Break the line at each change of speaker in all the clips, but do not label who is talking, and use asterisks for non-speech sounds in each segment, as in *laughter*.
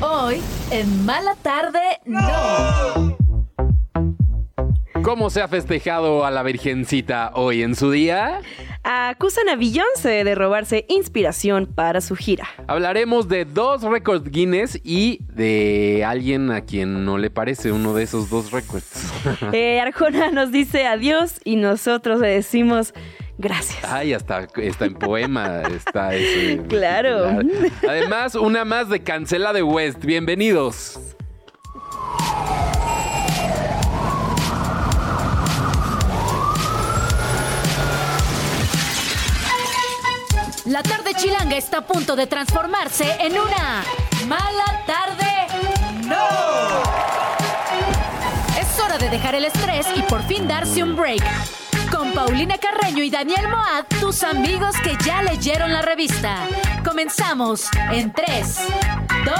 hoy en Mala Tarde No.
¿Cómo se ha festejado a la Virgencita hoy en su día?
Acusan a Beyoncé de robarse inspiración para su gira.
Hablaremos de dos récords Guinness y de alguien a quien no le parece uno de esos dos récords.
Eh, Arjona nos dice adiós y nosotros le decimos gracias.
Ay, hasta está en poema, está eso.
Claro.
Además, una más de Cancela de West. Bienvenidos.
La tarde chilanga está a punto de transformarse en una Mala Tarde No. Es hora de dejar el estrés y por fin darse un break. Con Paulina Carreño y Daniel Moad, tus amigos que ya leyeron la revista. Comenzamos en 3, 2,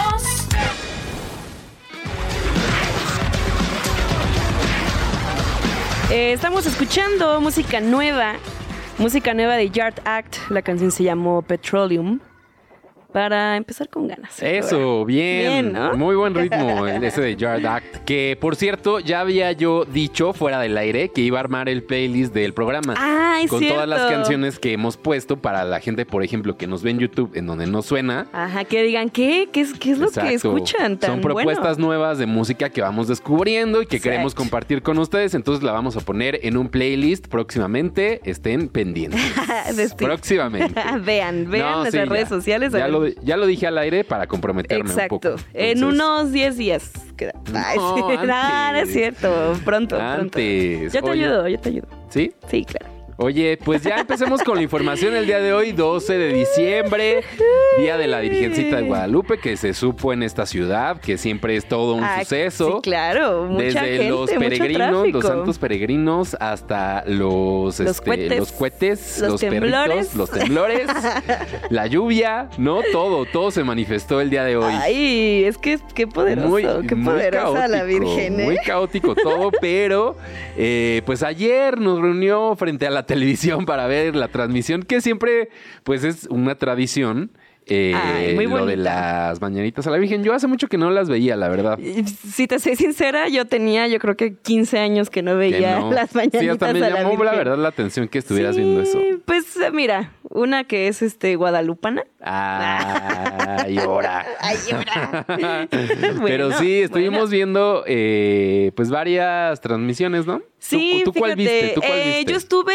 Eh, estamos escuchando música nueva, música nueva de Yard Act. La canción se llamó Petroleum. Para empezar con ganas. el
Eso, bien.
Bien, ¿no?
Muy buen
*laughs*
ritmo el- ese de Yard Act. Que por cierto, ya había yo dicho fuera del aire que iba a armar el playlist del programa.
Ah, es
con todas las
cierto.
canciones que hemos puesto para la gente, por ejemplo, que nos ve en YouTube en donde no suena.
Ajá, que digan, ¿qué? ¿Qué es, qué es lo que
Exacto.
escuchan tan
Son
bueno? *laughs*
propuestas nuevas de música que vamos descubriendo y que
Exacto.
queremos compartir con ustedes. Entonces la vamos a poner en un playlist próximamente. Estén
*laughs*
pendientes.
Desti- *laughs*
próximamente.
Ah, vean, vean
No,
nuestras
sí, ya.
redes sociales.
Ya
vean.
lo, ya lo dije al aire para comprometerme
Exacto.
un poco.
en
Entonces,
unos 10 días. Queda- *laughs* Ay,
No,
sí. no,
antes.
no es cierto. Pronto,
Antes.
pronto. Yo te
Oye.
ayudo, yo te ayudo.
¿Sí?
Sí, claro.
Oye, pues ya empecemos con la información el día de hoy, 12 de diciembre, Día de la Virgencita de Guadalupe, que se supo en esta ciudad, que siempre es todo un
Ah,
suceso.
Sí, claro. Mucha
Desde
gente,
los
mucho
peregrinos,
tráfico.
los santos peregrinos, hasta los, este,
cohetes,
los, cohetes,
los
los perritos,
temblores.
los
*laughs*
temblores, la lluvia, no todo, todo se manifestó el día de hoy.
Ay, es que qué poderoso, qué poderosa la
caótico,
Virgen, ¿eh?
Muy caótico
*laughs*
todo, pero eh, pues ayer nos reunió frente a la televisión para ver la transmisión, que siempre pues es una tradición. eh,
Ay, muy
lo de
bonita.
las mañanitas a la Virgen. Yo hace mucho que no las veía, la verdad.
Y Si te soy sincera, yo tenía yo creo que 15 años que no
Que
veía
no.
las mañanitas
Sí, hasta me
a la
llamó la
Virgen.
verdad la atención que estuvieras
Sí,
viendo eso.
Pues eh, mira, una que es este guadalupana.
Ay, Ah, ahora.
*laughs* Ay,
*laughs*
ahora.
Pero
Bueno,
sí, estuvimos
bueno.
viendo eh, pues varias transmisiones, ¿no? ¿Tú-
Sí,
¿Tú, cuál
fíjate,
viste? ¿Tú cuál
eh,
viste?
Yo estuve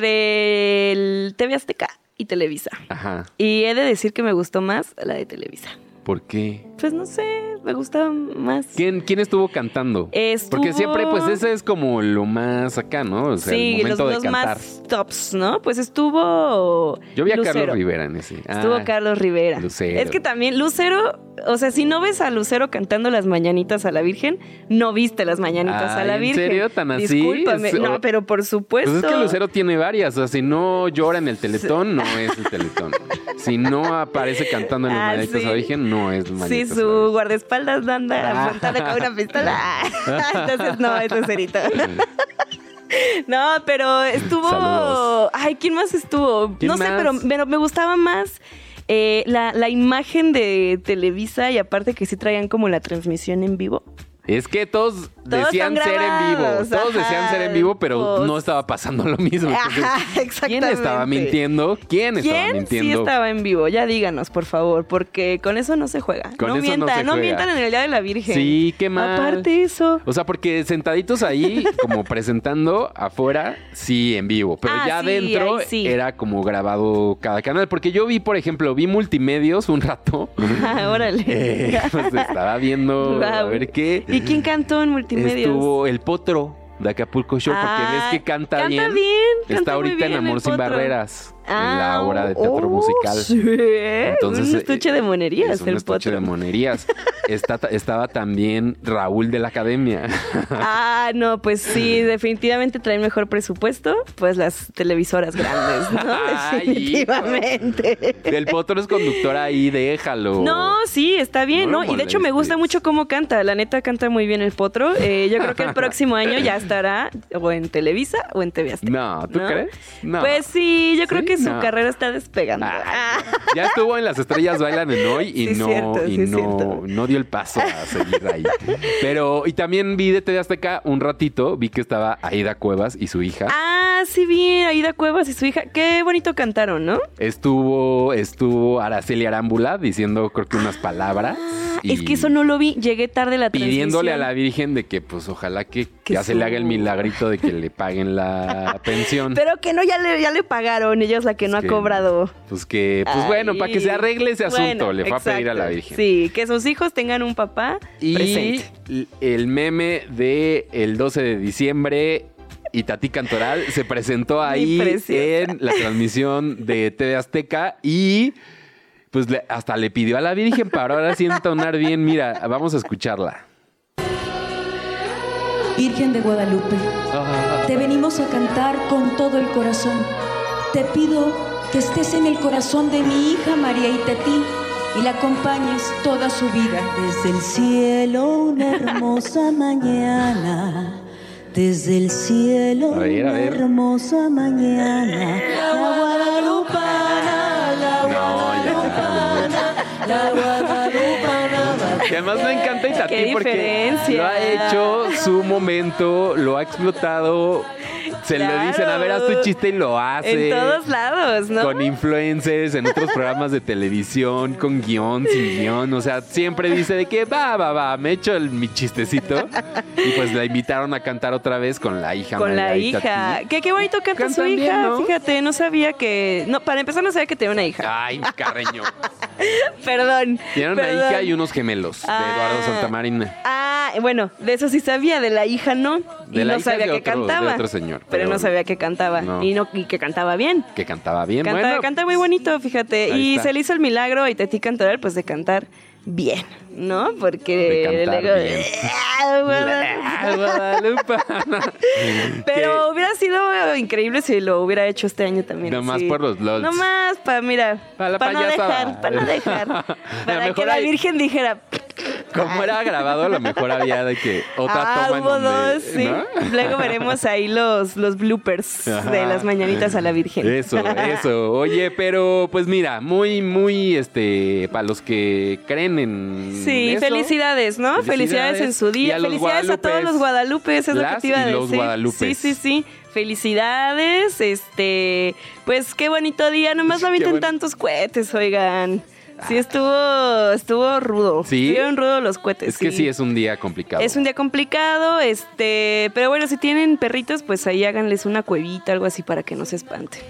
entre el TV Azteca y Televisa.
Ajá.
Y he de decir que me gustó más la de Televisa.
¿Por qué?
Pues no sé, me gustaba más.
¿Quién, quién estuvo cantando? Porque
Estuvo-
siempre, pues, ese es como lo más acá, ¿no? O sea, el
sí, los
momento de
dos
cantar.
más tops, ¿no? Pues estuvo.
Yo vi a
Lucero.
Carlos Rivera en ese.
Estuvo
Ah,
Carlos Rivera.
Lucero.
Es que también Lucero, o sea, si no ves a Lucero cantando las mañanitas a la Virgen, no viste las mañanitas a
Ay,
la
¿en
Virgen.
serio? ¿Tan así?
Discúlpame.
Es-
No, pero por supuesto.
Pues es que Lucero tiene varias. O sea, si no llora en el teletón, no es el teletón. Si no aparece cantando en los
Ah,
manitas
sí.
a la Virgen, no es manitas
Sí,
a la Virgen.
su guardaespaldas anda
Ah.
apuntando con una pistola.
*laughs*
*laughs* Entonces, no, es Lucerito. *laughs* No, pero estuvo.
Saludos.
Ay, ¿quién más estuvo?
¿Quién
no sé,
más?
pero, pero me gustaba más eh, la, la imagen de Televisa y aparte que sí traían como la transmisión en vivo.
Es que todos,
Todos
decían
son
ser en vivo.
grabados,
Todos
ajá,
decían ser en vivo, pero
pues.
no estaba pasando lo mismo. Entonces,
Ajá,
¿Quién
exactamente.
estaba mintiendo? ¿Quién, estaba
¿Quién sí
mintiendo?
estaba en vivo? Ya díganos, por favor, porque con eso no se juega.
Con
no
eso no
mientan,
se juega.
mientan en el Día de la Virgen.
Sí, qué mal.
Aparte eso. *laughs*
O sea, porque sentaditos ahí, como presentando afuera, sí, en vivo. Pero
Ah,
ya
sí,
adentro
ahí sí.
era como grabado cada canal. Porque yo vi, por ejemplo, vi multimedios un rato. *laughs*
Ah, Órale.
Eh,
*laughs*
pues estaba viendo a
Guau.
ver qué.
¿Y quién cantó en multimedia?
Estuvo el potro de Acapulco Show, porque ves que canta,
Ah, canta bien.
Está
canta muy
ahorita en
bien el
Amor sin
potro.
Barreras, en
Ah,
la obra de teatro
oh,
musical.
Sí.
Entonces,
un
eh,
estuche de monerías,
Es un
el
estuche de
potro.
monerías. Está- estaba también Raúl de la Academia.
*laughs* Ah, no, pues
*laughs*
sí, definitivamente traen mejor presupuesto, pues las televisoras grandes,
*laughs*
¿no?
Ay, hijo. *laughs*
Definitivamente.
Del Potro es conductora ahí, déjalo.
No, sí, está bien,
No
¿no?
lo
Y de hecho me gusta
molestes.
mucho cómo canta, la neta canta muy bien el potro. Eh, yo creo
*laughs*
que el próximo año ya estará o en Televisa o en TV Azteca.
No, ¿tú
¿no?
crees? No.
Pues sí, yo creo
¿Sí?
que y su
No.
carrera está despegando. Ah.
Ay, ya estuvo en las estrellas bailan en hoy y
Sí,
no
cierto,
y
sí,
no,
cierto.
no dio el paso a seguir ahí. Pero y también vi de TV Azteca un ratito, vi que estaba Aida Cuevas y su hija.
Ah, sí, vi Aida Cuevas y su hija. Qué bonito cantaron, ¿no?
Estuvo estuvo Araceli Arámbula diciendo creo que unas palabras Ah, y
Ah, Es que eso no lo vi. Llegué tarde a la
pidiéndole a la
transmisión.
Virgen de que pues ojalá que,
Que
ya se le
su-
haga el milagrito de que le paguen
*laughs*
la pensión.
Pero que no, ya le, ya le pagaron. Ella es la que no ha cobrado.
Pues que, pues bueno, para que se arregle ese asunto,
Bueno,
le fue a pedir a la
exacto.
Virgen.
Sí, que sus hijos tengan un papá
Y
presente.
l- el meme de el 12 de diciembre y Tati Cantoral se presentó ahí
preciosa.
en la transmisión de TV Azteca y pues le- hasta le pidió a la Virgen para ahora sí entonar bien. Mira, vamos a escucharla.
Virgen de Guadalupe, te venimos a cantar con todo el corazón. Te pido que estés en el corazón de mi hija María Itatí y la acompañes toda su vida.
Desde el cielo una
*laughs*
hermosa mañana. Desde el cielo
A ver, a
una
ver.
hermosa mañana. La Guadalupana, la
No, ya.
Guadalupana, la Guadalupana. va
Que además me encanta Itatí
Qué
porque
diferencia.
lo ha hecho su momento, lo ha explotado. Se le
Claro.
dicen, a ver, haz tu chiste y lo hace.
En todos lados, ¿no?
con influencers, en otros programas de televisión, con guión, sin guión. O sea, siempre dice de que va, va, va, me echo el, mi chistecito. Y pues la invitaron a cantar otra vez con la hija.
Con la
Margarita
hija.
T.
Que qué bonito canta su
Cantan bien,
hija.
¿no?
Fíjate, no sabía que. No, para empezar, no sabía que tenía una hija.
Ay, carreño.
Perdón.
Tienen Ah. una
perdón.
hija y unos gemelos de
Ah.
Eduardo Santamarina.
Ah, bueno, de eso sí sabía, de la hija no.
De la
y no
hija es
sabía
de
que
otro- de
cantaba.
otro señor,
pero,
pero-
no sabía que cantaba.
No.
Y, no, y que cantaba bien.
Que cantaba bien.
Canta,
bueno,
canta muy bonito, fíjate.
ahí
Y
está.
se le hizo el milagro y Teti Cantoral, pues de cantar bien, ¿no? Porque
De cantar
luego-
bien.
Ah,
*laughs*
bueno.
Ah, Guadalupe.
Pero hubiera sido increíble si lo hubiera hecho este año también.
Nomás
así.
por los LOLs.
Nomás para, mira,
Pa' la
para no
payasada.
dejar, para no
A *laughs*
dejar.
lo
Para que
mejor
la
ahí-
Virgen dijera,
Como era grabado, a lo mejor había de que otra
ah,
toma en
hubo
donde-
dos, sí.
¿no?
Luego veremos ahí los, los bloopers
Ajá.
de las mañanitas a la Virgen.
Eso, eso. Oye, pero pues mira, muy, muy, este, para los que creen en.
Sí,
eso,
felicidades, ¿no? Felicidades,
Felicidades.
en su día.
Y a los
felicidades a todos
Guadalupes.
los guadalupes, es lo que
Las
te iba a
y
decir.
los Guadalupes.
Sí, sí, sí. Felicidades, este, pues qué bonito día, nomás
*laughs* Qué
no avienten
bueno.
tantos cohetes, oigan. Sí estuvo estuvo rudo.
¿Sí?
Estuvieron rudos los cohetes.
Es que sí, es un día complicado.
Es un día complicado, este, pero bueno, si tienen perritos, pues ahí háganles una cuevita, algo así para que no se espanten.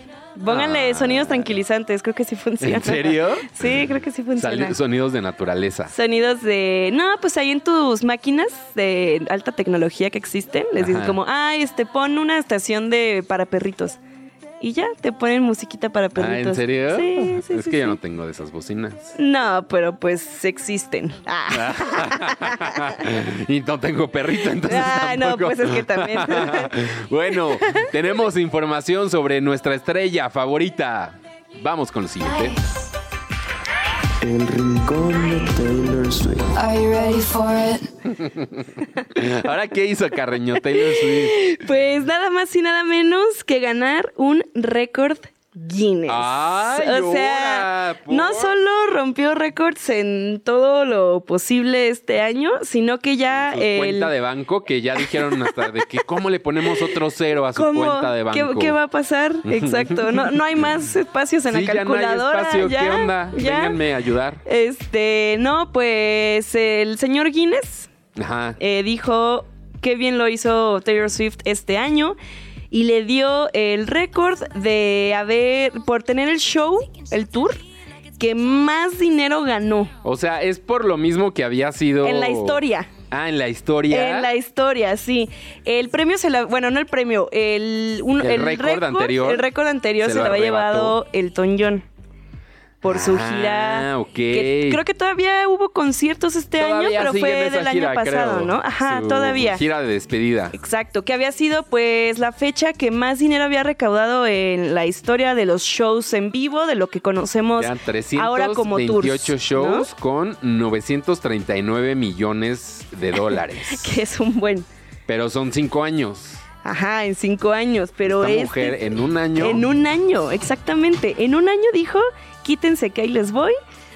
Pónganle
Ah.
sonidos tranquilizantes, creo que sí funciona.
¿En serio?
Sí, creo que sí
Sali-
funciona.
Sonidos de naturaleza.
*laughs* Sonidos de. No, pues ahí en tus máquinas de alta tecnología que existen, les dicen
Ajá.
como, ay, este, pon una estación de para perritos. Y ya, te ponen musiquita para
Ah, ¿en
perritos.
serio?
Sí, sí,
es
sí,
que yo
sí.
no tengo de esas bocinas. *laughs*
No, pero pues existen. Ah.
y no tengo perrito, *laughs* entonces.
Ah, no,
tampoco.
pues es que también.
*laughs* bueno, tenemos información sobre nuestra estrella favorita. Vamos con lo siguiente.
El rincón de Taylor Swift.
Are you ready for it?
Ahora, ¿qué hizo Carreño Taylor Swift?
Pues nada más y nada menos que ganar un récord Guinness.
¡Ay,
o sea,
ahora! ¿Por?
no solo rompió récords en todo lo posible este año, sino que ya
su
el
cuenta de banco que ya dijeron hasta de que cómo le ponemos otro cero a su
¿Cómo?
cuenta de
¿Qué,
banco.
qué va a pasar?
*laughs*
Exacto. No, no hay más espacios en
sí,
la calculadora.
Ya no hay espacio. ¿Qué
ya,
onda?
ya.
Vénganme a ayudar.
Este, no, pues el señor Guinness
Ajá.
eh, dijo qué bien lo hizo Taylor Swift este año y le dio el récord de haber, por tener el show, el tour, que más dinero ganó
O sea, es por lo mismo que había sido.
en la historia.
Ah, en la historia.
En la historia, sí. El premio se la. Bueno, no el premio. El, un-
El récord anterior
El récord anterior
se
se,
lo
lo había
arrebató.
llevado Elton John. Por su
Ah,
gira.
ok.
que creo que todavía hubo conciertos este año,
Todavía
pero
sigue en
fue
esa
del año
gira,
pasado,
creo,
¿no? Ajá,
su
todavía.
Gira de despedida.
Exacto, que había sido pues la fecha que más dinero había recaudado en la historia de los shows en vivo, de lo que conocemos
Eran 328
ahora como tours. ¿no?
shows con 939 millones de dólares.
*laughs* Que es un buen.
Pero son cinco años.
Ajá, en cinco años, pero
Esta
es...
mujer en un año.
En un año, exactamente. En un año dijo, quítense que ahí les voy,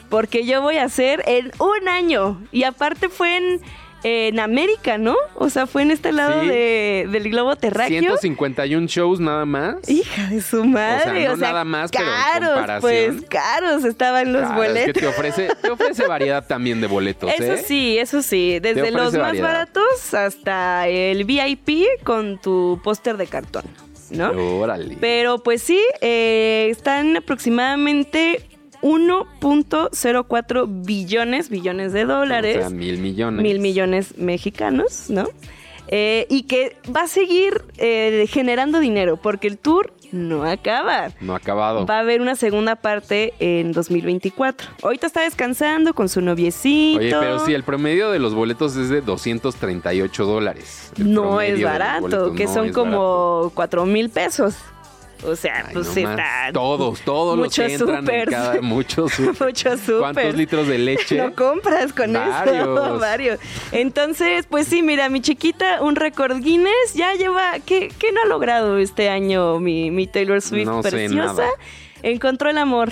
porque yo voy a hacer en un año. Y aparte fue en, en América, ¿no? O sea, fue en este lado
Sí.
de- del globo terráqueo.
151 shows nada más.
Hija de su madre.
O sea, no nada más, pero en
caros,
comparación.
pues caros estaban los
Claro, es que
boletos.
te ofrece, te ofrece variedad también de boletos,
Eso
¿eh?
sí, eso sí. Desde
ofrece
los más
variedad.
baratos hasta el VIP con tu póster de cartón, ¿no?
Órale.
Pero pues sí, eh, están aproximadamente 1.04 billones, billones de dólares,
O sea, mil millones.
mil millones mexicanos, ¿no? Eh, y que va a seguir eh, generando dinero, porque el tour no acaba.
No ha acabado.
Va a haber una segunda parte en 2024. Ahorita está descansando con su noviecito.
Oye, pero sí, el promedio de los boletos es de 238 dólares. El
no
promedio
es
de los
barato,
boletos,
que
no
son
es barato.
como 4 mil pesos. O sea,
Ay,
pues
no
sí
más.
está.
Todos, todos los
muchos
que entran en
supers.
cada... Muchos supers.
*laughs* Muchos supers.
¿Cuántos litros de
*laughs*
leche?
Lo compras con eso,
Varios.
*laughs* varios. Entonces, pues sí, mira, mi chiquita, un récord Guinness, ya lleva, ¿qué, qué no ha logrado este año mi, mi Taylor Swift
No sé
preciosa?
nada.
Encontró el amor.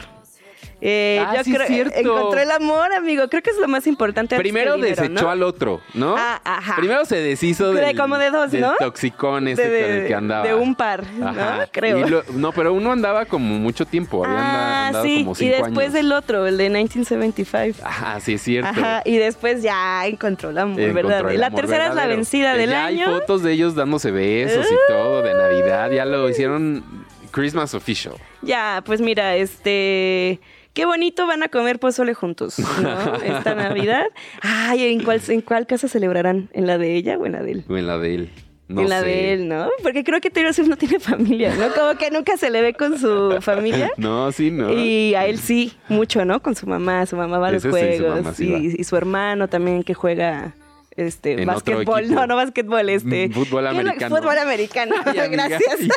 Eh,
Ah,
yo
sí es
creo-
cierto.
Encontró el amor, amigo. Creo que es lo más importante. antes
Primero
que el dinero,
desechó
¿no?
al otro, ¿no?
Ah, ajá.
Primero se deshizo
De
del,
como de dos,
del
¿no?
toxicón
de,
ese con
de-
el que andaba.
de un par,
Ajá.
¿no? Creo.
Y lo- no, pero uno andaba como mucho tiempo. Había anda-
ah,
andado
sí.
como
Y
cinco
después
años.
del otro, el de 1975.
Ajá, sí, es cierto.
Ajá, y después ya encontró el amor,
Encontró
¿verdad?
el
la
amor
tercera es la
verdadero.
vencida
Que
del
ya
año.
Hay fotos de ellos dándose besos y todo de Navidad. Ya lo hicieron Christmas Official.
Ya, pues mira, este. Qué bonito van a comer pozole juntos,
*laughs*
¿no? Esta Navidad. Ay, ¿en cuál, ¿en cuál casa celebrarán? ¿En la de ella o en la de él?
O en la de él. No
en la
sé.
de él, ¿no? Porque creo que Taylor Swift no tiene *laughs* familia, ¿no? Como que nunca se le ve con
*laughs*
su familia.
No, sí, no.
Y a él sí, mucho, ¿no? Con su mamá, su mamá va a los
Ese sí, su
juegos.
mamá sí
y, y su hermano también que juega este
En otro
básquetbol,
equipo.
no, no básquetbol, este
Mm, fútbol
¿qué es lo-
americano.
Fútbol americano,
*laughs* Ay, amiga,
*laughs* gracias.
hijo.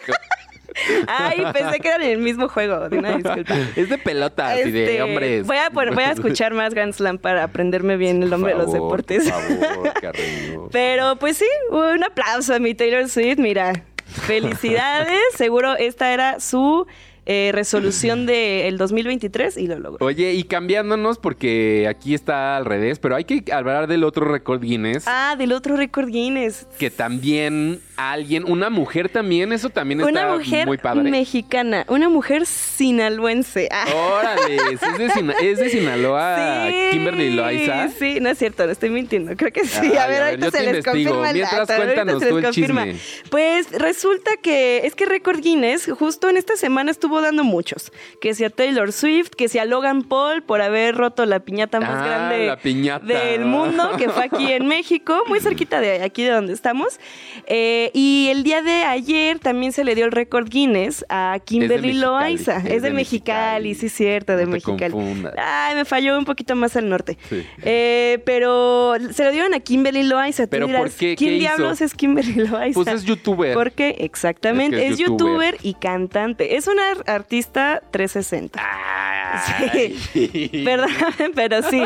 Ay, pensé que eran en el mismo juego,
*laughs*
de una disculpa.
Es de pelotas y de
Este,
hombres.
Voy a,
*laughs*
pon- voy a escuchar más Grand Slam para aprenderme bien el
Por
nombre de los
favor,
deportes.
Por favor, Carrillo.
*laughs* Pero pues sí, un aplauso a mi Taylor Swift, mira. Felicidades,
*laughs*
seguro esta era su eh, resolución del 2023 y lo logró.
Oye, y cambiándonos, porque aquí está al revés, pero hay que hablar del otro récord Guinness,
Ah, del otro récord Guinness.
que también alguien, una mujer también, eso también
Una
está
mujer
muy padre. Oh,
mexicana, una mujer sinaloense. Ah.
Órale, sí, es de, Sina- es de Sinaloa,
Sí,
ah, Kimberly Loaiza.
Sí, no es cierto, no estoy mintiendo. Creo que sí.
Ay,
a ver,
a ver,
ahorita
yo
se
te
les
investigo.
confirma el
Mientras,
dato, ahorita
cuéntanos
se les
tú el
confirma.
chisme.
Pues resulta que es que Record Guinness justo en esta semana estuvo dando muchos. Que sea Taylor Swift, que sea Logan Paul por haber roto la piñata más
Ah,
grande
la piñata.
del mundo,
*laughs*
que fue aquí en México, muy cerquita de aquí de donde estamos. Eh, y el día de ayer también se le dio el récord Guinness a Kimberly
Mexicali,
Loaiza. Es,
es
de
de
Mexicali,
Mexicali.
sí, cierto, de
No te
Mexicali.
confundas.
Ay, me falló un poquito más al norte.
Sí.
Eh, pero se lo dieron a Kimberly Loaiza. Tú
Pero
dirás,
¿por qué?
¿Quién
¿Qué
diablos
hizo?
es Kimberly *laughs* Loaiza?
Pues es youtuber.
¿Por qué? Exactamente.
Es que
Es,
es
youtuber
youtuber.
y cantante. Es una ar- artista 360.
Ay.
*laughs* ¿Verdad? Pero sí,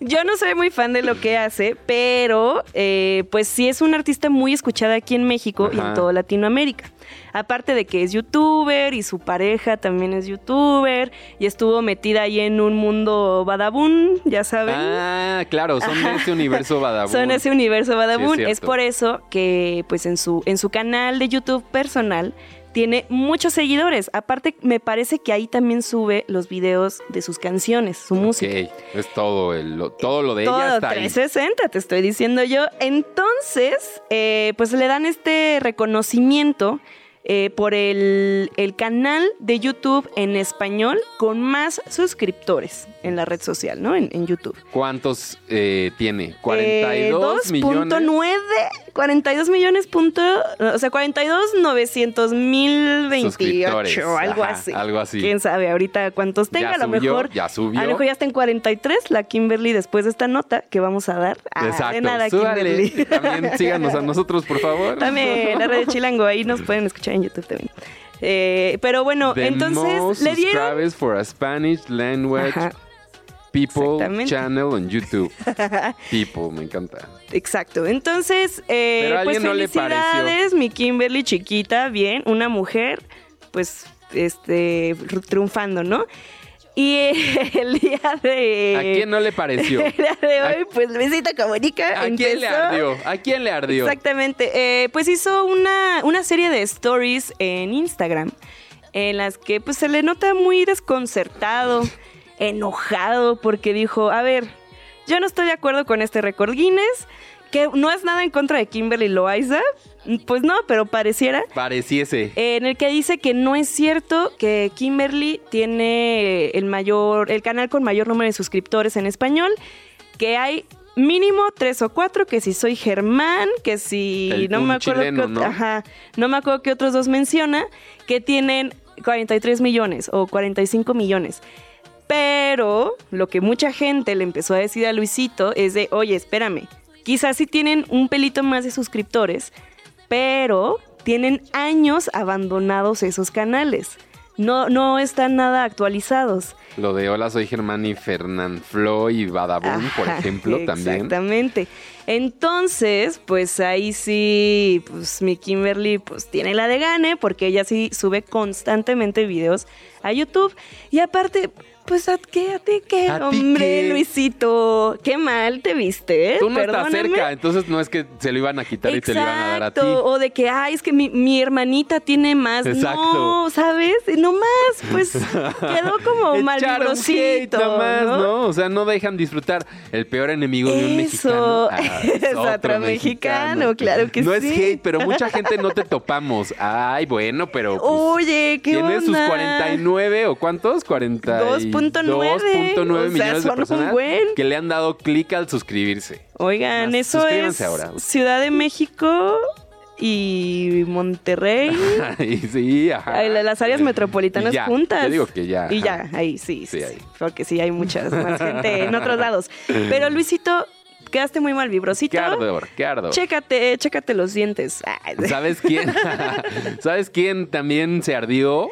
yo no soy muy fan de lo que hace, pero eh, pues sí es una artista muy escuchada aquí en México y en
Ajá.
toda Latinoamérica. Aparte de que es youtuber y su pareja también es youtuber y estuvo metida ahí en un mundo badabun, ya saben.
Ah, claro, son de ese universo Badabun.
Son ese universo Badabun.
Sí, es
es,
cierto.
por eso que pues en su, en su canal de YouTube personal tiene muchos seguidores. Aparte, me parece que ahí también sube los videos de sus canciones, su música.
Ok, es todo, el- lo- todo lo de ella
Todo
está ahí.
360, te estoy diciendo yo. Entonces, eh, pues le dan este reconocimiento eh, por el, el canal de YouTube en español con más suscriptores en la red social, ¿no? En, en YouTube.
¿Cuántos eh, tiene?
Eh,
42 millones.
2.9, 42 millones punto, o sea, 42 900 mil 28,
Suscriptores,
algo
ajá,
así.
algo así.
Quién sabe ahorita cuántos
Ya
tenga, a lo
subió,
mejor.
ya subió.
A lo mejor Ah, ya está en 43 la Kimberly después de esta nota que vamos a dar. Ah,
Exacto.
de nada,
súbale. *laughs*
Kimberly. *laughs*
También síganos a nosotros, por favor.
También la red de Chilango, ahí nos pueden escuchar en YouTube también. Eh, pero bueno,
The
entonces
most
le dieron
subscribers for a Spanish language
Ajá.
People
Exactamente.
Channel en
*laughs*
YouTube. People, me encanta.
Exacto. Entonces, eh,
Pero a
pues
alguien no le
felicidades, mi Kimberly chiquita, bien, una mujer, pues, este, triunfando, ¿no? Y *laughs* eh, el día de.
¿A
*laughs*
quién no le pareció?
El día de
¿A-
hoy, pues Luisita
¿A
Comunica
quién le
empezó-
ardió? ¿A quién le ardió?
Exactamente. Eh, pues hizo una, una serie de stories en Instagram en las que pues se le nota muy desconcertado, enojado, porque dijo, a ver, yo no estoy de acuerdo con este récord Guinness, que no es nada en contra de Kimberly Loaiza, pues no, pero pareciera,
Pareciese.
eh, en el que dice que no es cierto que Kimberly tiene el mayor, el canal con mayor número de suscriptores en español, que hay mínimo tres o cuatro, que si soy Germán, que si
El-
no
un
me acuerdo
chileno,
que,
¿no?
ajá, no me acuerdo que otros dos menciona, que tienen 43 millones o 45 millones. Pero lo que mucha gente le empezó a decir a Luisito es de, oye, espérame, quizás sí tienen un pelito más de suscriptores, pero tienen años abandonados esos canales. No, no están nada actualizados.
Lo de Hola, soy Germán y Fernán Flo y Badabun, por
Ajá,
ejemplo, también.
Exactamente. Entonces, pues ahí sí, pues mi Kimberly pues tiene la de gane porque ella sí sube constantemente videos a YouTube. Y aparte, pues a qué, a ti qué,
¿A ti
hombre,
qué?
Luisito, qué mal te viste. ¿eh?
Tú no estás
Perdóname.
cerca, entonces no es que se lo iban a quitar y te lo iban a dar a ti.
Exacto, o de que, ay, es que mi, mi hermanita tiene más.
Exacto.
No, ¿sabes? No más, pues quedó
*laughs*
como mal
Echar un hate nomás, ¿no? O sea, no dejan disfrutar el peor enemigo de un mexicano.
Eso, *laughs*
ah,
es otro mexicano, claro que
no No es
sí.
hate, pero mucha gente no te topamos. Ay, bueno, pero pues,
Oye, qué
tiene
onda.
sus 49 o cuántos? 42.9
2.9, o sea,
millones
son
de
un
personas
buen.
que le han dado clic al suscribirse. *laughs*
Oigan,
Más,
eso es
suscríbanse ahora.
Ciudad de México y Monterrey.
*laughs* y sí, ajá.
Ay, la- las áreas metropolitanas
Y ya,
juntas.
Yo digo que ya.
Y ya,
ajá.
ahí sí,
Sí,
sí, sí,
ahí.
Porque sí, hay muchas más gente en otros lados.
*laughs*
Pero Luisito, quedaste muy mal vibrosito.
Qué ardor, qué ardor.
Chécate, chécate los dientes. Ay,
*laughs* ¿Sabes quién? ¿Sabes quién también se ardió?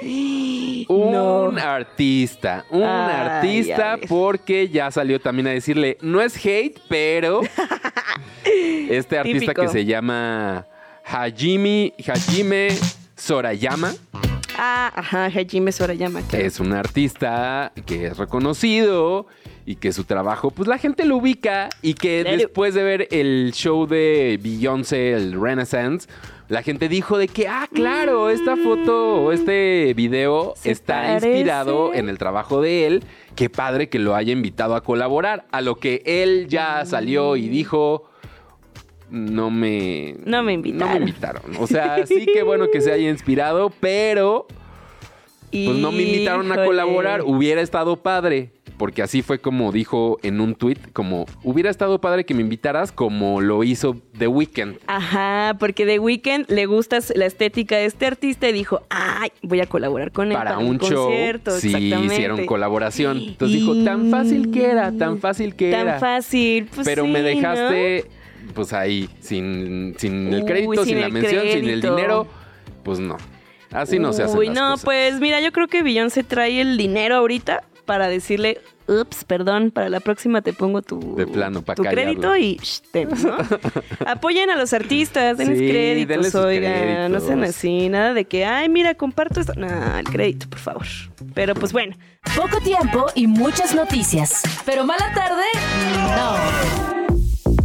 Un
No.
artista, un
Ay, a
artista
ver.
porque ya salió también a decirle, no es hate,
*laughs*
pero este artista
Típico.
que se llama Hajime, Hajime Sorayama
*laughs* Ah, ajá, Hajime Sorayama. claro.
es un artista que es reconocido y que su trabajo, pues la gente lo ubica y que
Claro.
después de ver el show de Beyoncé, el Renaissance, la gente dijo de que, ah, claro, esta foto o este video
Mm. Se
está
parece.
inspirado en el trabajo de él. Qué padre que lo haya invitado a colaborar, a lo que él
Mm.
ya salió y dijo... No me...
No me invitaron.
No me invitaron. O sea, sí que bueno que se haya inspirado, pero pues no me invitaron a
Híjole.
colaborar, hubiera estado padre. Porque así fue como dijo en un tuit, como hubiera estado padre que me invitaras como lo hizo The Weeknd.
Ajá, porque The Weeknd le gusta la estética de este artista y dijo, ay, voy a colaborar con él
Para un
el
show,
concierto.
sí
Exactamente.
hicieron colaboración. Entonces dijo, tan fácil que era, tan fácil que
Tan
era.
fácil, pues
Pero me
sí, ¿no?
dejaste, pues ahí, sin, sin el
Uy,
crédito,
sin
sin, la
el
mención, sin el
crédito.
dinero. Pues no, así no se hacen
Uy,
las
no,
cosas.
pues mira, yo creo que Beyoncé trae el dinero ahorita para decirle, ups, perdón, para la próxima te pongo tu,
De plano, pa'
tu
callarlo.
crédito y shh, ten,
*laughs*
¿no? Apoyen a los artistas, denles
Sí,
créditos,
denles sus
oigan, no
créditos.
sean así, nada de que, ay, mira, comparto esto. No, el crédito, por favor. Pero pues bueno,
Poco tiempo y muchas noticias. Pero mala tarde, no.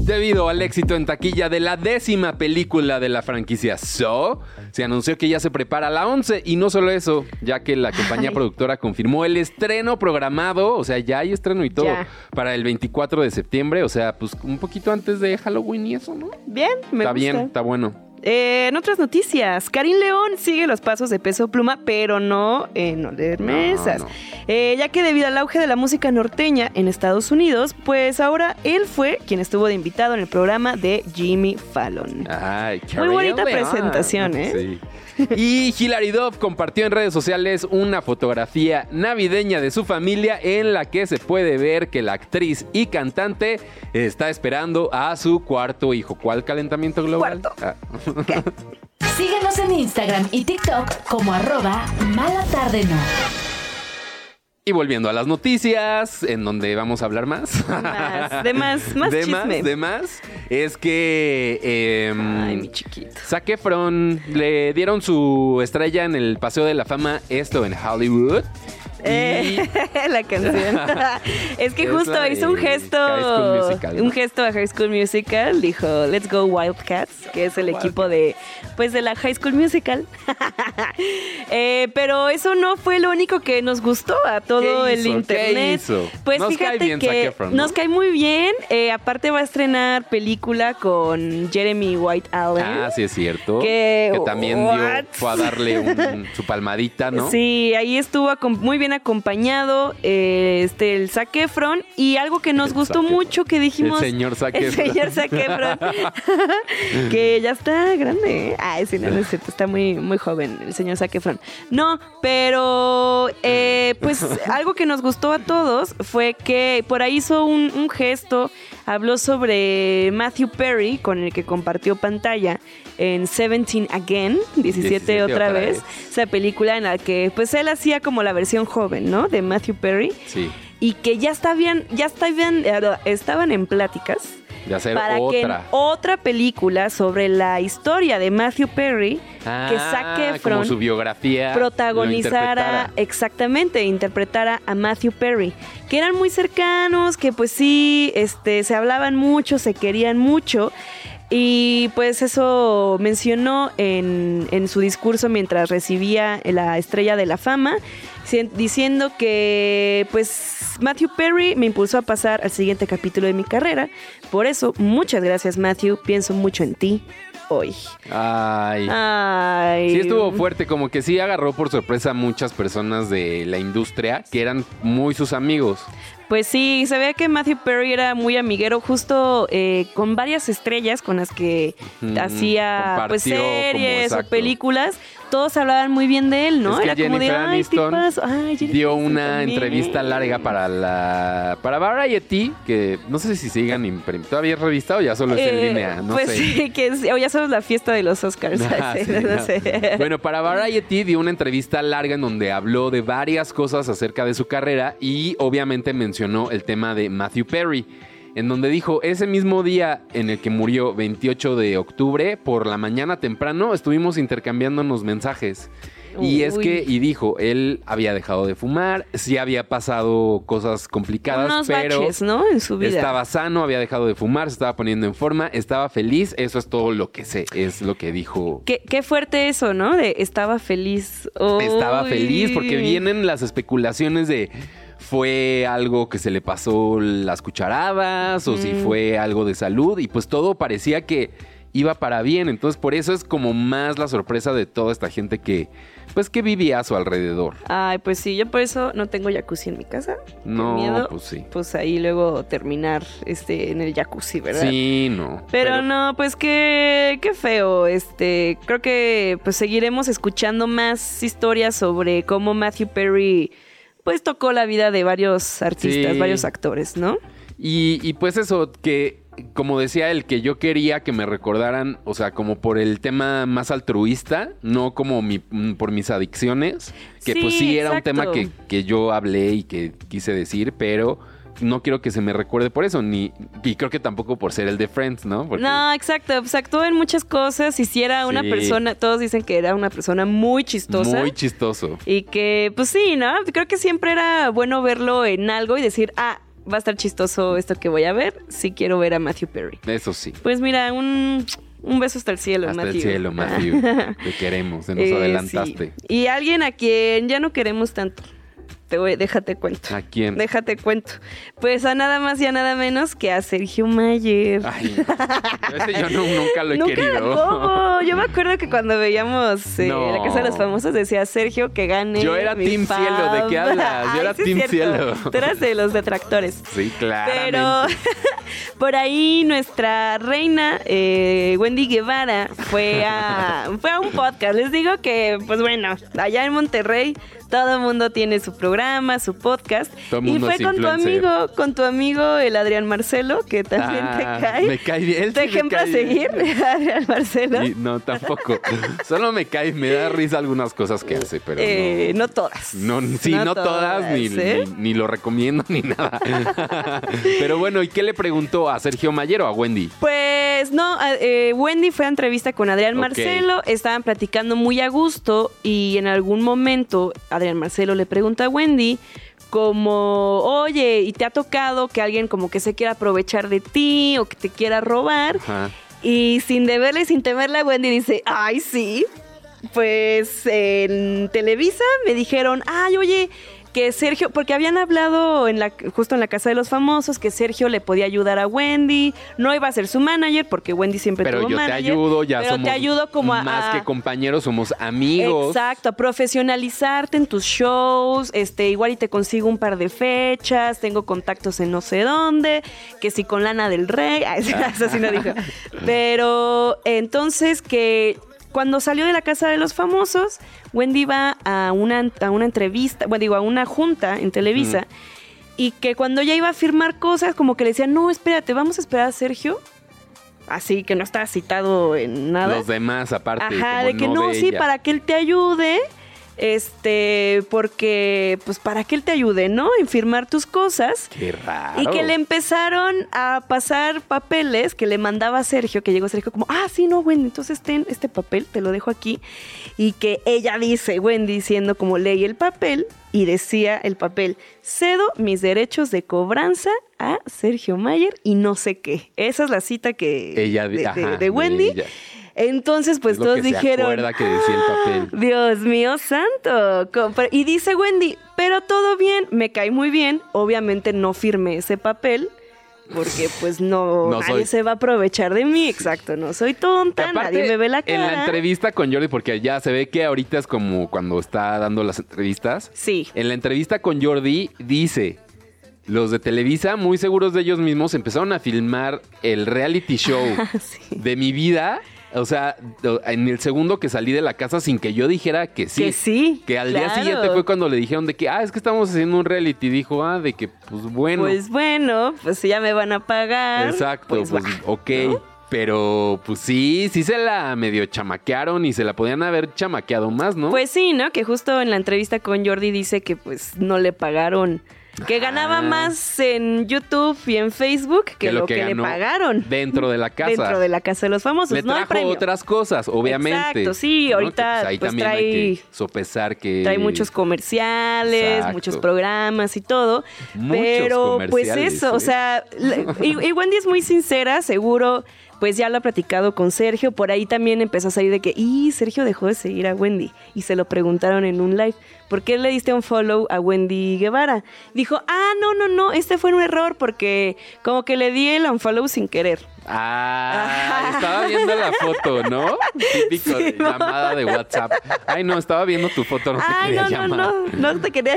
Debido al éxito en taquilla de la décima película de la franquicia So, se anunció que ya se prepara la 11 y no solo eso, ya que la compañía
Ay.
productora confirmó el estreno programado, o sea, ya hay estreno y todo,
Ya.
para el 24 de septiembre, o sea, pues un poquito antes de Halloween y eso, ¿no?
bien, me
está
gusta.
bien, está bueno.
Eh, en otras noticias, Karim León sigue los pasos de peso pluma, pero no en oler
No,
mesas.
no.
Eh, ya que debido al auge de la música norteña en Estados Unidos, pues ahora él fue quien estuvo de invitado en el programa de Jimmy Fallon.
Ay, qué
Muy bonita
horrible.
presentación, ¿eh?
Sí. Y Hilary Duff compartió en redes sociales una fotografía navideña de su familia en la que se puede ver que la actriz y cantante está esperando a su cuarto hijo. ¿Cuál calentamiento global?
Cuarto.
Ah,
Síguenos en Instagram y TikTok como arroba mala tarde no.
Y volviendo a las noticias, en donde vamos a hablar más.
Más, de más,
*laughs*
más
de
chisme.
más, de más. Es que. em,
Ay, mi chiquito.
Zac Efron le dieron su estrella en el Paseo de la Fama, esto en Hollywood. Y-
Eh,
*laughs*
la canción. es que
Es
justo
la
hizo un
de High School
gesto.
Musical, ¿no?
Un gesto a High School Musical. Dijo, let's go Wildcats, que es el equipo de pues de la High School Musical. *laughs* Eh, pero eso no fue lo único que nos gustó a *laughs* todo
¿Qué
el
hizo? ¿Qué
internet.
hizo?
Pues
Nos cae
fíjate
bien Zac
que
Efron, ¿no?
nos cae muy bien. Eh, aparte va a estrenar película con Jeremy White Allen.
Ah, sí, es cierto.
Que-
que también dio,
what?
fue a darle un- su palmadita, ¿no?
Sí, ahí estuvo acom- muy bien acompañado eh, este, el Zac Efron. Y algo que nos
El
gustó
Zac Efron.
mucho que dijimos...
El señor *laughs* Zac
El
Efron.
señor Zac Efron,
*laughs*
que ya está grande. Ah, sí, no, no es cierto, está muy, muy joven el señor Zac Efron. No, pero eh,
*laughs*
pues algo que nos gustó a todos fue que por ahí hizo un, un gesto, habló sobre Matthew Perry, con el que compartió pantalla en 17 Again, 17,
17
otra,
otra
vez,
vez.
esa película en la que pues él hacía como la versión joven, ¿no? De Matthew Perry
Sí.
y que ya estaban, ya estaban, eh, estaban en pláticas
De hacer
para que en
otra.
otra película sobre la historia de Matthew Perry que
Ah,
Zac
como
Efron
su biografía lo
protagonizara
interpretara.
exactamente interpretara a Matthew Perry que eran muy cercanos que pues sí este se hablaban mucho se querían mucho y pues eso mencionó en, en su discurso mientras recibía la estrella de la fama, si- diciendo que pues Matthew Perry me impulsó a pasar al siguiente capítulo de mi carrera. Por eso, muchas gracias Matthew, pienso mucho en ti hoy.
Ay.
Ay.
Sí estuvo fuerte, como que sí agarró por sorpresa a muchas personas de la industria que eran muy sus amigos.
Pues sí, se veía que Matthew Perry era muy amiguero, justo eh, con varias estrellas con las que
Ujú,
hacía pues,
compartió como
series o
exacto.
películas. Todos hablaban muy bien de él, ¿no?
Es que
era como de,
Jennifer
ay,
Aniston
tipazo, ay, Jennifer
Dio
Aniston
una
también". ¿eh?".
entrevista larga para la para Variety, que no sé si sigan imprim- todavía es revista o ya solo es
Eh,
en línea, no
pues
sé.
sí, que es- o ya sabes la fiesta de los *laughs* Oscars.
*laughs* Ah,
¿sabes?
sí,
no
no.
sé. *laughs*
Bueno, para Variety dio una entrevista larga en donde habló de varias cosas acerca de su carrera y obviamente mencionó el tema de Matthew Perry, en donde dijo, ese mismo día en el que murió 28 de octubre, por la mañana temprano estuvimos intercambiándonos mensajes. Y es
Uy.
que, y dijo, él había dejado de fumar, sí había pasado cosas complicadas,
Unos
pero
baches, ¿no? En su vida.
estaba sano, había dejado de fumar, se estaba poniendo en forma, estaba feliz, eso es todo lo que sé, es lo que dijo
Qué, qué fuerte eso, ¿no? De estaba feliz.
estaba
Uy.
feliz porque vienen las especulaciones de fue algo que se le pasó las cucharadas o si fue algo de salud y pues todo parecía que iba para bien, entonces por eso es como más la sorpresa de toda esta gente que pues que vivía a su alrededor.
Ay, pues sí, yo por eso no tengo jacuzzi en mi casa. Qué
No,
miedo,
pues sí.
Pues ahí luego terminar este en el jacuzzi, ¿verdad?
Sí, no.
Pero, no, pues qué, qué feo. Este, creo que pues seguiremos escuchando más historias sobre cómo Matthew Perry pues tocó la vida de varios artistas,
Sí.
varios actores, ¿no?
Y, y pues eso, que como decía él, que yo quería que me recordaran, o sea, como por el tema más altruista, no como mi, mm, por mis adicciones, que pues
Sí,
sí era
exacto.
un tema que, que yo hablé y que quise decir, pero no quiero que se me recuerde por eso, ni y creo que tampoco por ser el de Friends, ¿no? Porque-
No, exacto. Pues actuó en muchas cosas. Hiciera una
Sí.
persona, todos dicen que era una persona muy chistosa.
Muy chistoso.
Y que, pues sí, ¿no? Creo que siempre era bueno verlo en algo y decir, ah, va a estar chistoso esto que voy a ver, sí quiero ver a Matthew Perry.
Eso sí.
Pues mira, un, un beso hasta el cielo,
Hasta
Matthew.
el cielo, Matthew.
*laughs*
Te queremos, se nos
Eh, sí.
adelantaste.
Y alguien a quien ya no queremos tanto. Te voy, déjate cuento.
¿A quién?
Déjate cuento. Pues a nada más y a nada menos que a Sergio Mayer.
Ay, no. Ese yo no- nunca Ah, lo he
Nunca,
querido. *laughs*
¿cómo? Yo me acuerdo que cuando veíamos eh,
No.
La Casa de los Famosos decía Sergio que gane.
Yo era
mi
team cielo, ¿de qué
fama".
hablas? Yo
Ay,
era
sí es
team
cierto.
cielo.
Tú eras
*laughs*
de los detractores.
Sí,
Pero
claro.
*laughs* por ahí nuestra reina eh, Wendy
*laughs*
Guevara fue a, fue a un podcast. Les digo que, pues bueno, allá en Monterrey Todo el mundo tiene su programa, su podcast.
Todo el
y
mundo
fue
es
con tu
influencer.
amigo, con tu amigo el Adrián Marcelo, que también
Ah,
te cae.
me cae bien, sí
¿Te
me
ejemplo a
cae bien.
seguir, *laughs* Adrián Marcelo?
Y no, tampoco. Solo me cae, me da risa algunas cosas que hace, pero
Eh,
no.
no. todas.
No, sí, no, todas, ni,
¿eh?
ni, ni lo recomiendo ni nada. Pero bueno, ¿y qué le preguntó a Sergio Mayer o a Wendy?
Pues no, a- eh, Wendy fue a entrevista con Adrián
Ok.
Marcelo, estaban platicando muy a gusto y en algún momento Adrián Marcelo le pregunta a Wendy como, oye, ¿y te ha tocado que alguien como que se quiera aprovechar de ti o que te quiera robar?
Ajá.
Y sin deberle y sin temerla, Wendy dice, ay, sí. Pues en Televisa me dijeron, ay, oye, que Sergio, porque habían hablado en la, justo en la casa de los famosos que Sergio le podía ayudar a Wendy, no iba a ser su manager porque Wendy siempre
Pero
tuvo
yo te
manager.
ayudo, ya
pero
somos
te ayudo como a,
más
a-
que compañeros, somos amigos.
Exacto, a profesionalizarte en tus shows, este, igual y te consigo un par de fechas, tengo contactos en no sé dónde, que si con Lana del Rey, *laughs* ah, eso sí no dijo. Pero entonces que cuando salió de la casa de los famosos, Wendy va a una, a una entrevista, bueno, digo, a una junta en Televisa. Y que cuando ella iba a firmar cosas, como que le decía, no, espérate, vamos a esperar a Sergio. Así que no estaba citado en nada.
Los demás, aparte.
Ajá,
como
de que no,
de
sí,
ella.
para que él te ayude. Este, porque, pues, para que él te ayude, ¿no? En firmar tus cosas.
Qué raro.
Y que le empezaron a pasar papeles que le mandaba Sergio, que llegó Sergio como, ah, sí, no, Wendy, entonces ten este papel, te lo dejo aquí. Y que ella dice, Wendy, diciendo como leí el papel y decía el papel, cedo mis derechos de cobranza a Sergio Mayer y no sé qué. Esa es la cita que
Ella
de,
di-
de-
ajá,
de Wendy.
ella.
Entonces, pues
Es lo
todos
que se
dijeron.
acuerda que decía el
"Ah,
papel".
Dios mío santo. Com- pero- Y dice Wendy, pero todo bien, me cae muy bien. Obviamente no firmé ese papel. Porque pues no,
*laughs* No
nadie
soy.
se va a aprovechar de mí, exacto, no soy tonta,
Que aparte,
nadie me ve la cara.
En la entrevista con Jordi, porque ya se ve que ahorita es como cuando está dando las entrevistas.
Sí.
En la entrevista con Jordi dice, los de Televisa, muy seguros de ellos mismos, empezaron a filmar el reality show
*laughs* sí.
de mi vida. O sea, do- en el segundo que salí de la casa sin que yo dijera que sí.
Que sí,
Que al día
claro.
siguiente fue cuando le dijeron de que, ah, es que estamos haciendo un reality. Dijo, ah, de que, pues bueno.
Pues bueno, pues si ya me van a pagar.
Exacto,
pues,
pues,
va.
ok. Pero pues sí, sí se la medio chamaquearon y se la podían haber chamaqueado más, ¿no?
Pues sí, ¿no? Que justo en la entrevista con Jordi dice que pues no le pagaron. Que ganaba
Ah.
más en YouTube y en Facebook que, lo que, le
ganó
pagaron.
Dentro de la casa.
Dentro de la casa de los famosos,
Le
no hay
trajo
premio.
otras cosas, obviamente.
Exacto, sí, ahorita,
ahí
pues,
también hay que
trae-
sopesar que.
Trae muchos comerciales,
Exacto.
muchos programas y todo.
Muchos
pero pues
comerciales,
eso,
¿eh?
o sea, la- y, y Wendy es muy sincera, seguro, pues ya lo ha platicado con Sergio. Por ahí también empezó a salir de que, y Sergio dejó de seguir a Wendy. Y se lo preguntaron en un live, ¿por qué le diste un follow a Wendy Guevara? Dijo, ah, no, no, no, este fue un error porque como que le di el unfollow sin querer.
Ah,
Ajá.
estaba viendo la foto, ¿no? Típico de
*laughs* Sí, mamá.
llamada de WhatsApp. Ay, no, estaba viendo tu foto, no te
Ay,
quería
no,
llamar.
no, no, no te quería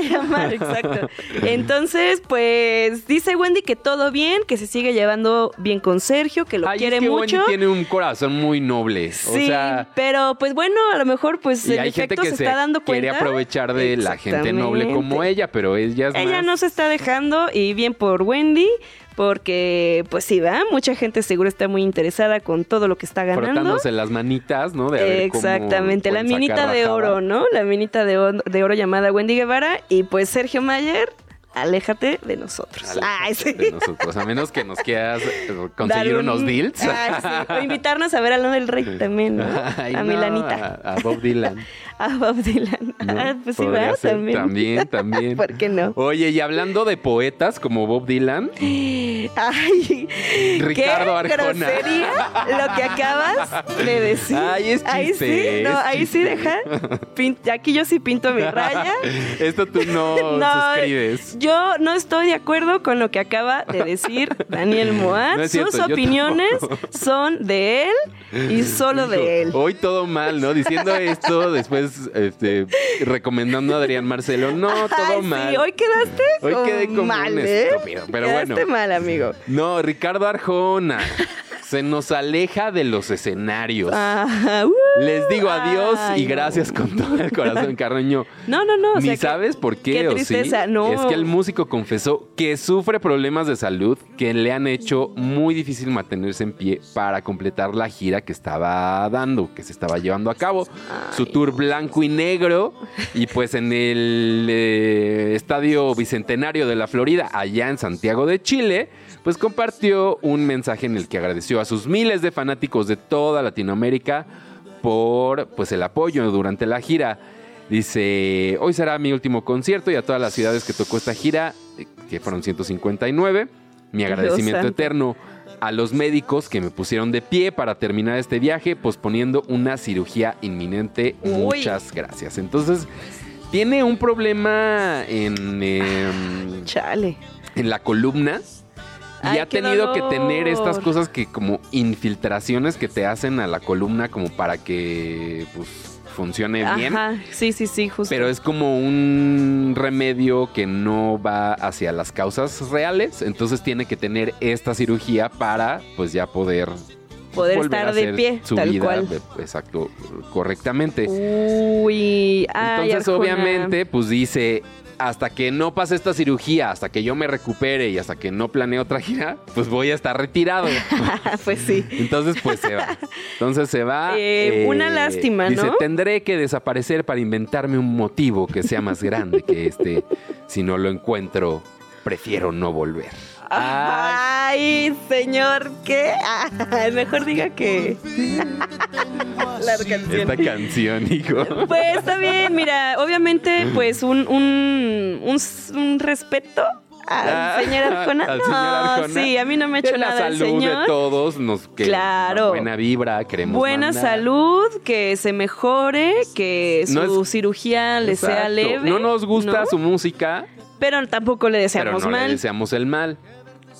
*laughs*
llamar, exacto. Entonces, pues dice Wendy que todo bien, que se sigue llevando bien con Sergio, que lo
Ay,
quiere
es que
mucho.
Wendy tiene un corazón muy noble.
Sí,
o sea,
pero pues bueno, a lo mejor pues
y
el
hay gente
efecto
que
se, está dando cuenta.
quiere aprovechar de la gente noble como
Exactamente.
ella, pero ella es
Ella
más-
no se está dejando y bien por Wendy, porque pues sí, va, mucha gente seguro está muy interesada con todo lo que está ganando.
frotándose las manitas, ¿no? De a ver cómo
Exactamente, la
pueden sacar
minita de
rajada.
oro, ¿no? La minita de, on- de oro llamada Wendy Guevara y pues Sergio Mayer, aléjate de nosotros. Ay, sí.
De nosotros, a menos que nos quieras eh,
Dar
conseguir
un-
unos deals.
Ay, sí. O invitarnos a ver a Lana del Rey también, ¿no?
*laughs* Ay,
a
no,
Milanita,
A, a Bob Dylan.
a Bob Dylan.
¿no?
Ah, pues sí,
Podría
¿verdad?
ser,
También.
También, también.
*laughs* ¿Por qué no?
Oye, y hablando de poetas como Bob Dylan,
Ay,
Ricardo
qué
Arjona.
grosería lo que acabas de decir.
Ay, es
ahí
chiste,
sí, no,
es
ahí sí
chiste.
deja. pin- aquí yo sí pinto mi raya.
*laughs* esto tú no,
*laughs* No,
suscribes.
Yo no estoy de acuerdo con lo que acaba de
*laughs*
decir Daniel Moa.
No es cierto,
Sus
yo
opiniones son de él y solo de él.
Hoy todo mal, ¿no?
*laughs*
Diciendo esto, después este, recomendando a Adrián Marcelo. No, todo
Ay, sí,
mal.
hoy quedaste
Hoy
como
quedé como un
mal, ¿eh?
estúpido, pero
quedaste
bueno.
mal, amigo.
No, Ricardo Arjona. Se nos aleja de los escenarios.
Ajá, uh,
Les digo adiós
Ay,
y
no.
gracias con todo el corazón, Carreño.
No, no, no. o
Ni
sea que-
sabes por qué,
qué
o sí.
tristeza, no.
Es que el músico confesó que sufre problemas de salud que le han hecho muy difícil mantenerse en pie para completar la gira que estaba dando, que se estaba llevando a cabo. Su tour blanco y negro. Y pues en el eh, Estadio Bicentenario de la Florida, allá en Santiago de Chile, pues compartió un mensaje en el que agradeció a sus miles de fanáticos de toda Latinoamérica por pues el apoyo durante la gira. Dice, hoy será mi último concierto y a todas las ciudades que tocó esta gira, eh, que fueron 159, mi agradecimiento
santo.
eterno a los médicos que me pusieron de pie para terminar este viaje, posponiendo una cirugía inminente.
Uy.
Muchas gracias. Entonces, tiene un problema en, em,
Chale.
en la columna. Y
Ay,
ha
qué
tenido que tener estas
dolor.
cosas que como infiltraciones que te hacen a la columna como para que pues, funcione bien.
Ajá. Sí, sí, sí, justo.
Pero es como un remedio que no va hacia las causas reales. Entonces tiene que tener esta cirugía para pues ya poder,
Poder
volver
estar
a
de
hacer
pie,
su
tal
vida,
cual.
eh, Exacto, correctamente.
Uy. Ay,
Entonces,
Arjona.
obviamente, pues dice, hasta que no pase esta cirugía, hasta que yo me recupere y hasta que no planee otra gira, pues voy a estar
*laughs*
retirado.
*laughs* pues sí.
Entonces, pues se va. Entonces se va.
Eh, una lástima,
dice,
¿no?
tendré que desaparecer para inventarme un motivo que sea más grande que este. Si no lo encuentro, prefiero no volver. Ay,
Ay, señor, ¿qué? Ay, *laughs* mejor diga que. La canción.
esta canción, hijo.
Pues está bien, mira, obviamente, pues un, un, un, un respeto al señor Arjona.
Ah, Al señor Arjona.
No, sí, a mí no me ha
Que
hecho
la
nada el
salud de
señor.
todos, nos que
Claro.
buena vibra, queremos
Buena
mandar.
salud, que se mejore, que su
No es-
cirugía le sea
Exacto.
leve.
No nos gusta
¿no?
su música,
Pero tampoco le
pero
deseamos
no le
mal.
deseamos el mal. *laughs*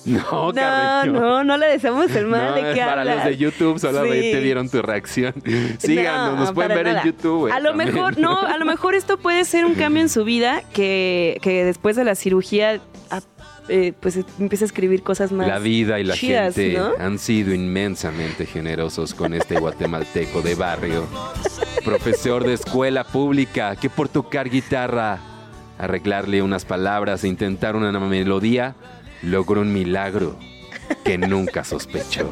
No,
no,
Carreño.
no, no le deseamos el mal.
No,
¿De qué
para los
hablas?
de YouTube solamente
Sí.
vieron tu reacción. *laughs* Síganos,
No,
ah, nos pueden
para
ver
nada.
en YouTube. güey,
A lo
también.
mejor, no, a lo mejor esto puede ser un cambio en su vida que, que después de la cirugía ah, eh, pues empieza a escribir cosas más.
La vida y la
chidas,
gente
¿no?
han sido inmensamente generosos con este guatemalteco de barrio. Profesor de escuela pública que por tocar guitarra, arreglarle unas palabras e intentar una nueva melodía, logró un milagro que nunca
*laughs*
sospechó.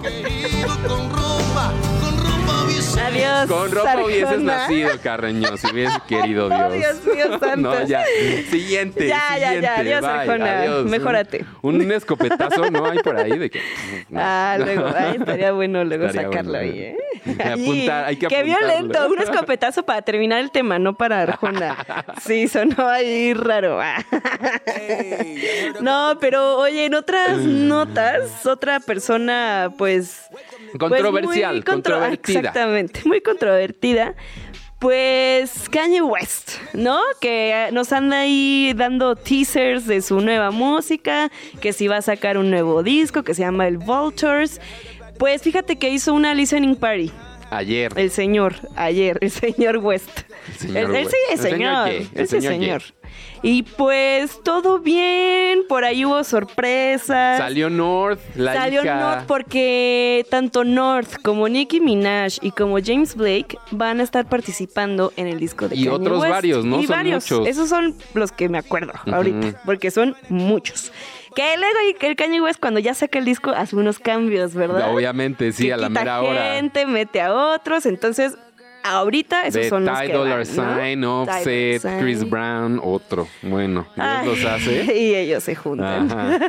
Adiós.
Con ropa hubieses
Arjona.
nacido, Carreño, si hubiese
*laughs*
querido Dios.
Oh, Dios mío
*laughs*
santo.
No, ya. Siguiente.
Ya, ya, ya.
siguiente.
Adiós,
Bye,
Arjona.
adiós.
Mejórate.
Un, un escopetazo, ¿no? Hay por ahí de que. *laughs* no.
Ah, luego, ay, estaría bueno luego
Estaría
sacarlo
bueno.
ahí, ¿eh?
Apuntar, hay que
Qué
apuntarlo.
violento, un escopetazo para terminar el tema, no para
*laughs*
Arjona. Sí, sonó ahí raro. *laughs* No, pero oye, en otras
Mm.
notas, otra persona, pues. pues, muy
Controversial,
contro-
controvertida.
Exactamente, muy controvertida. Pues Kanye West, ¿no? Que nos anda ahí dando teasers de su nueva música, que si va a sacar un nuevo disco que se llama El Vultures. Pues fíjate que hizo una listening party,
Ayer.
el señor, ayer, el señor West.
El señor
el, el-
West.
sí, el
El señor
señor.
Ye, el
ese
señor Ye.
señor. Y pues todo bien, por ahí hubo sorpresas.
Salió North, la
Salió
hija.
North porque tanto North como Nicki Minaj y como James Blake van a estar participando en el disco de
Y
Kanye
otros
West.
varios, ¿no?
Y
Son
varios.
muchos.
Esos son los que me acuerdo ahorita, porque son muchos. Que luego y- el Kanye West cuando ya saca el disco hace unos cambios, ¿verdad?
Obviamente, sí,
Que
a la
quita
mera hora.
gente, mete a otros, entonces ahorita esos
de
son los
Ty
que
Dollar
van, ¿no?
Sign,
Ty Dolla
Offset,
Sign.
Chris Brown, otro. Bueno, Dios
Ay,
los
*laughs*
hace.
Y ellos se juntan.
Ajá.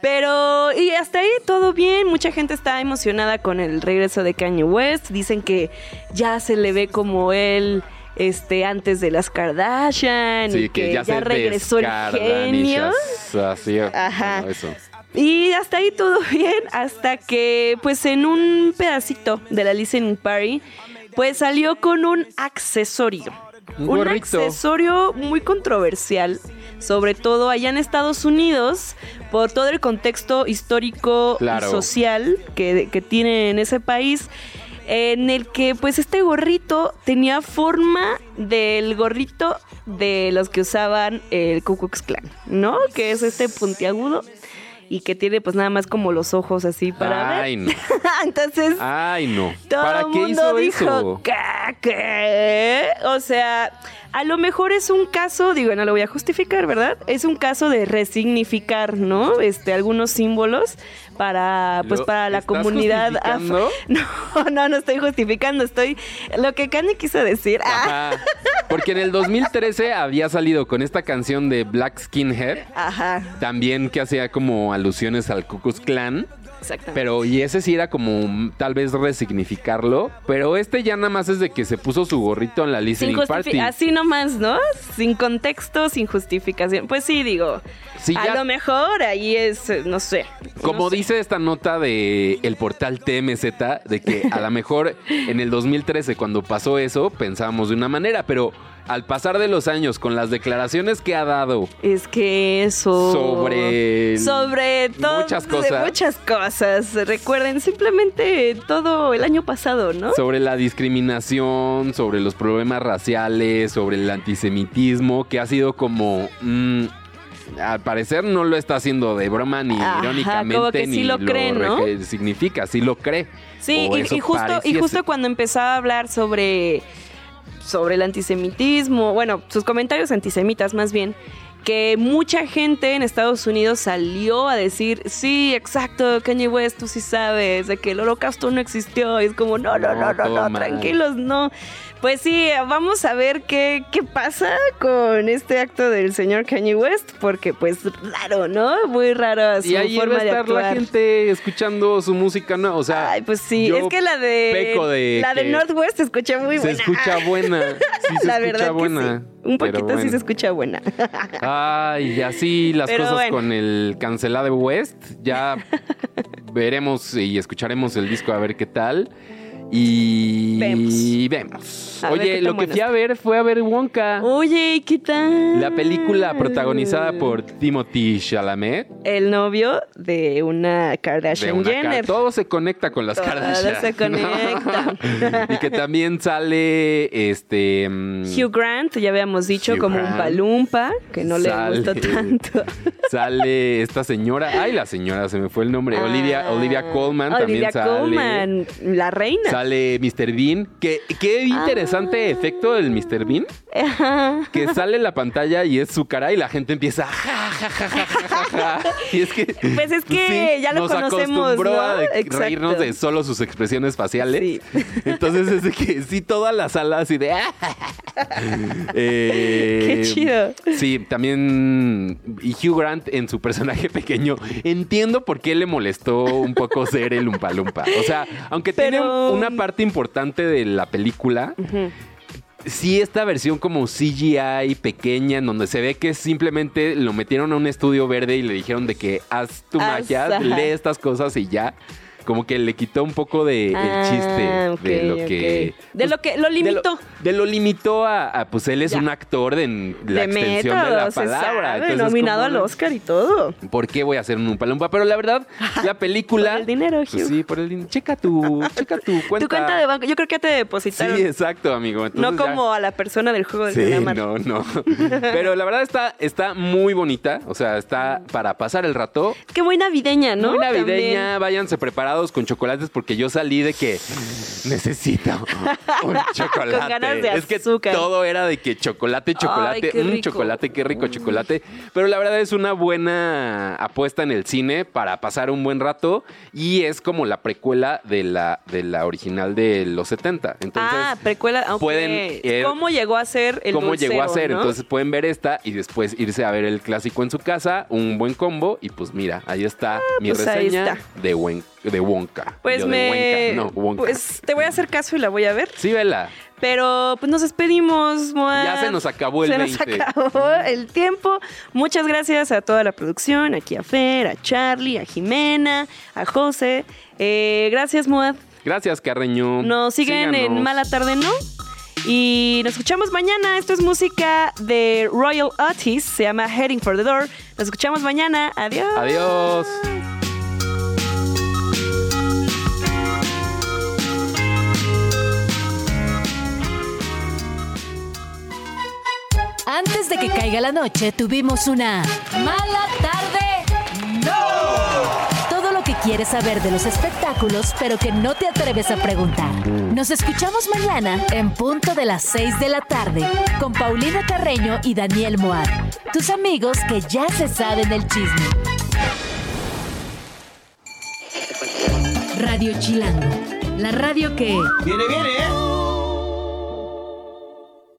Pero, y hasta ahí todo bien. Mucha gente está emocionada con el regreso de Kanye West. Dicen que ya se le ve como él. Este, antes de las Kardashian y
Sí, que
que,
ya,
ya,
se
regresó el genio.
descardanillas, Así,
Ajá.
bueno, eso.
Y hasta ahí todo *laughs* bien, hasta que pues en un pedacito de la listening party, pues salió con un accesorio.
Un
un
gorrito.
accesorio muy controversial, sobre todo allá en Estados Unidos, por todo el contexto histórico
Claro.
y social que, que tiene en ese país, en el que pues este gorrito tenía forma del gorrito de los que usaban el Ku Klux Klan, ¿no? Que es este puntiagudo. y que tiene pues nada más como los ojos así para
Ay,
ver.
no.
*laughs* Entonces,
Ay, no.
*laughs* todo
¿Para
el
qué
mundo
hizo
dijo,
eso?
"¿Qué? ¿Qué?". O sea, a lo mejor es un caso, digo, no lo voy a justificar, ¿verdad? Es un caso de resignificar, ¿no? Este, algunos símbolos para, pues,
¿Lo
para la
estás
comunidad. af-
justificando?
*laughs* No, no, no estoy justificando, estoy lo que Kanye quiso decir. Ah,
Ajá. Porque en el 2013 había salido con esta canción de Black Skinhead,
ah, Ajá,
también que hacía como alusiones al Ku Klux Klan.
exactamente.
Pero, y ese sí era como mm, tal vez resignificarlo. Pero este ya nada más es de que se puso su gorrito en la
Sin
listening
justifi-
party.
Así nomás, ¿no? Sin contexto, sin justificación. Pues sí, digo.
Sí,
a
ya-
lo mejor ahí es, eh, no sé.
Como
no sé.
dice esta nota de el portal TMZ, de que a lo mejor en el 2013 cuando pasó eso pensábamos de una manera, pero al pasar de los años con las declaraciones que ha dado
Es que eso.
Sobre-
Oh. Sobre todo.
muchas
de
cosas.
Muchas cosas. Recuerden, simplemente todo el año pasado, ¿no?
sobre la discriminación, sobre los problemas raciales, sobre el antisemitismo, que ha sido como... mm, al parecer no lo está haciendo de broma ni
Ajá,
irónicamente
como que sí
ni
lo cree, ¿no?
re- que significa, sí lo cree.
Sí,
O
y,
eso
y justo, y
pareciese.
justo cuando empezaba a hablar sobre, sobre el antisemitismo, bueno, sus comentarios antisemitas más bien, que mucha gente en Estados Unidos salió a decir, sí, exacto, Kanye West, tú sí sabes, de que el holocausto no existió, y es como, no, no,
No,
no, no,
todo
no,
mal.
tranquilos, no. Pues sí, vamos a ver qué, qué pasa con este acto del señor Kanye West, porque pues raro, ¿no? Muy raro su
Y ahí
forma
va a
de
estar
actuar.
la gente escuchando su música, ¿no? O sea,
Ay, pues sí,
yo
es que la de,
peco de
la de
que
Northwest se escucha muy
se
buena. *laughs*
escucha buena. Sí, se escucha
la verdad
buena.
que sí. Un
pero
poquito sí
bueno.
se
*laughs*
escucha buena.
Ay, y así las
Pero
cosas
bueno.
con el cancelado West. Ya veremos y escucharemos el disco a ver qué tal. Y
Vemos.
vemos.
A ver qué
Oye,
tan
lo que
buena
fui a
está.
ver fue a ver Wonka.
Oye, ¿y ¿qué tal?
La
Mm.
película protagonizada por Timothy Chalamet.
El novio de una
de
Kardashian
una ca-
Jenner.
Todo se conecta con las
Todo
Kardashian.
se conecta.
*laughs* y que también sale este mm,
Hugh Grant, ya habíamos dicho,
Hugh
como
Grant.
un palumpa, que no
Sale.
le gusta
*laughs*
tanto.
sale esta señora, ay la señora se me fue el nombre, Olivia
Ah,
Olivia Colman
Olivia
también sale.
Colman, la reina.
Sale Mr. Bean, que qué interesante
Ah.
efecto del Mr. Bean,
*laughs* Ajá. *laughs*
que sale la pantalla y es su cara y la gente empieza ja, ja, ja, ja, ja, ja, ja. Y es que
Pues es que ya lo
nos
conocemos,
acostumbró
¿no?
a
Exacto.
reírnos de solo sus expresiones faciales.
Sí.
*laughs* Entonces es de que sí toda la sala así de "Ah". Eh,
*laughs* Qué chido.
Sí, también y Hugh Grant en su personaje *laughs* pequeño. Entiendo por qué le molestó un poco ser el Umpalumpa. O sea, aunque
Pero- mm,
tiene una parte importante de la película,
Ujú.
sí esta versión como CGI pequeña, en donde se ve que simplemente lo metieron a un estudio verde y le dijeron de que haz tu
Haz,
magia,
ajá.
lee estas cosas y ya. Como que le quitó un poco de el chiste
Ah,
de lo
ok,
que. pues,
ok. De lo que lo
de lo-
limitó.
De lo, limitó a, a, pues él es
Ya.
un actor de en la
de
extensión de la
método, se
palabra.
sabe,
Entonces,
nominado
como,
al Oscar y todo.
¿Por qué voy a hacer un umpalumpa? Pero la
*laughs*
verdad, la película.
Por el dinero,
Pues
Hugh.
sí, por el dinero. Checa tu, checa tu cuenta.
Tu cuenta de banco, yo creo que ya te depositaron.
Sí, exacto, amigo.
no
Entonces ya-
como a la persona del juego del
Sí,
calamar.
no, no. Pero la verdad está, está muy bonita. O sea, está para pasar el rato.
Qué muy navideña, ¿no?
Muy navideña,
También.
váyanse preparados con chocolates porque yo salí de que necesito
*laughs*
un chocolate.
Con ganas de
es que
azúcar.
todo era de que chocolate, chocolate,
Ay, qué
mm,
rico.
chocolate, qué rico chocolate. Pero la verdad es una buena apuesta en el cine para pasar un buen rato y es como la precuela de la, de la original de los 70. Entonces,
ah, precuela. ok.
pueden, eh,
¿Cómo llegó a ser el
cómo llegó a
dulcero,
ser.
no?
Entonces pueden ver esta y después irse a ver el clásico en su casa, un buen combo y pues mira, ahí está mi
pues ahí
reseña
está.
De, Wen- de Wonka.
Pues
Yo de
me.
Wenka, no, Wonka.
Pues te voy a hacer caso y la voy a ver.
Sí, vela.
Pero pues nos despedimos, Moa.
Ya se nos acabó el
Se
20.
nos acabó el tiempo. Muchas gracias a toda la producción, aquí a Fer, a Charlie, a Jimena, a José. Eh, gracias, Moad.
Gracias, Carreño.
Nos siguen en
Mm, Síganos.
Mala Tarde No. Y nos escuchamos mañana. Esto es música de Royal Otis. Se llama Heading for the Door. Nos escuchamos mañana. Adiós.
Adiós.
Antes de que caiga la noche, tuvimos una mala tarde. ¡No! quieres saber de los espectáculos, pero que no te atreves a preguntar. Nos escuchamos mañana en punto de las 6 de la tarde con Paulina Carreño y Daniel Moar, tus amigos que ya se saben el chisme. Radio Chilango, la radio que...
Viene, viene, ¿eh?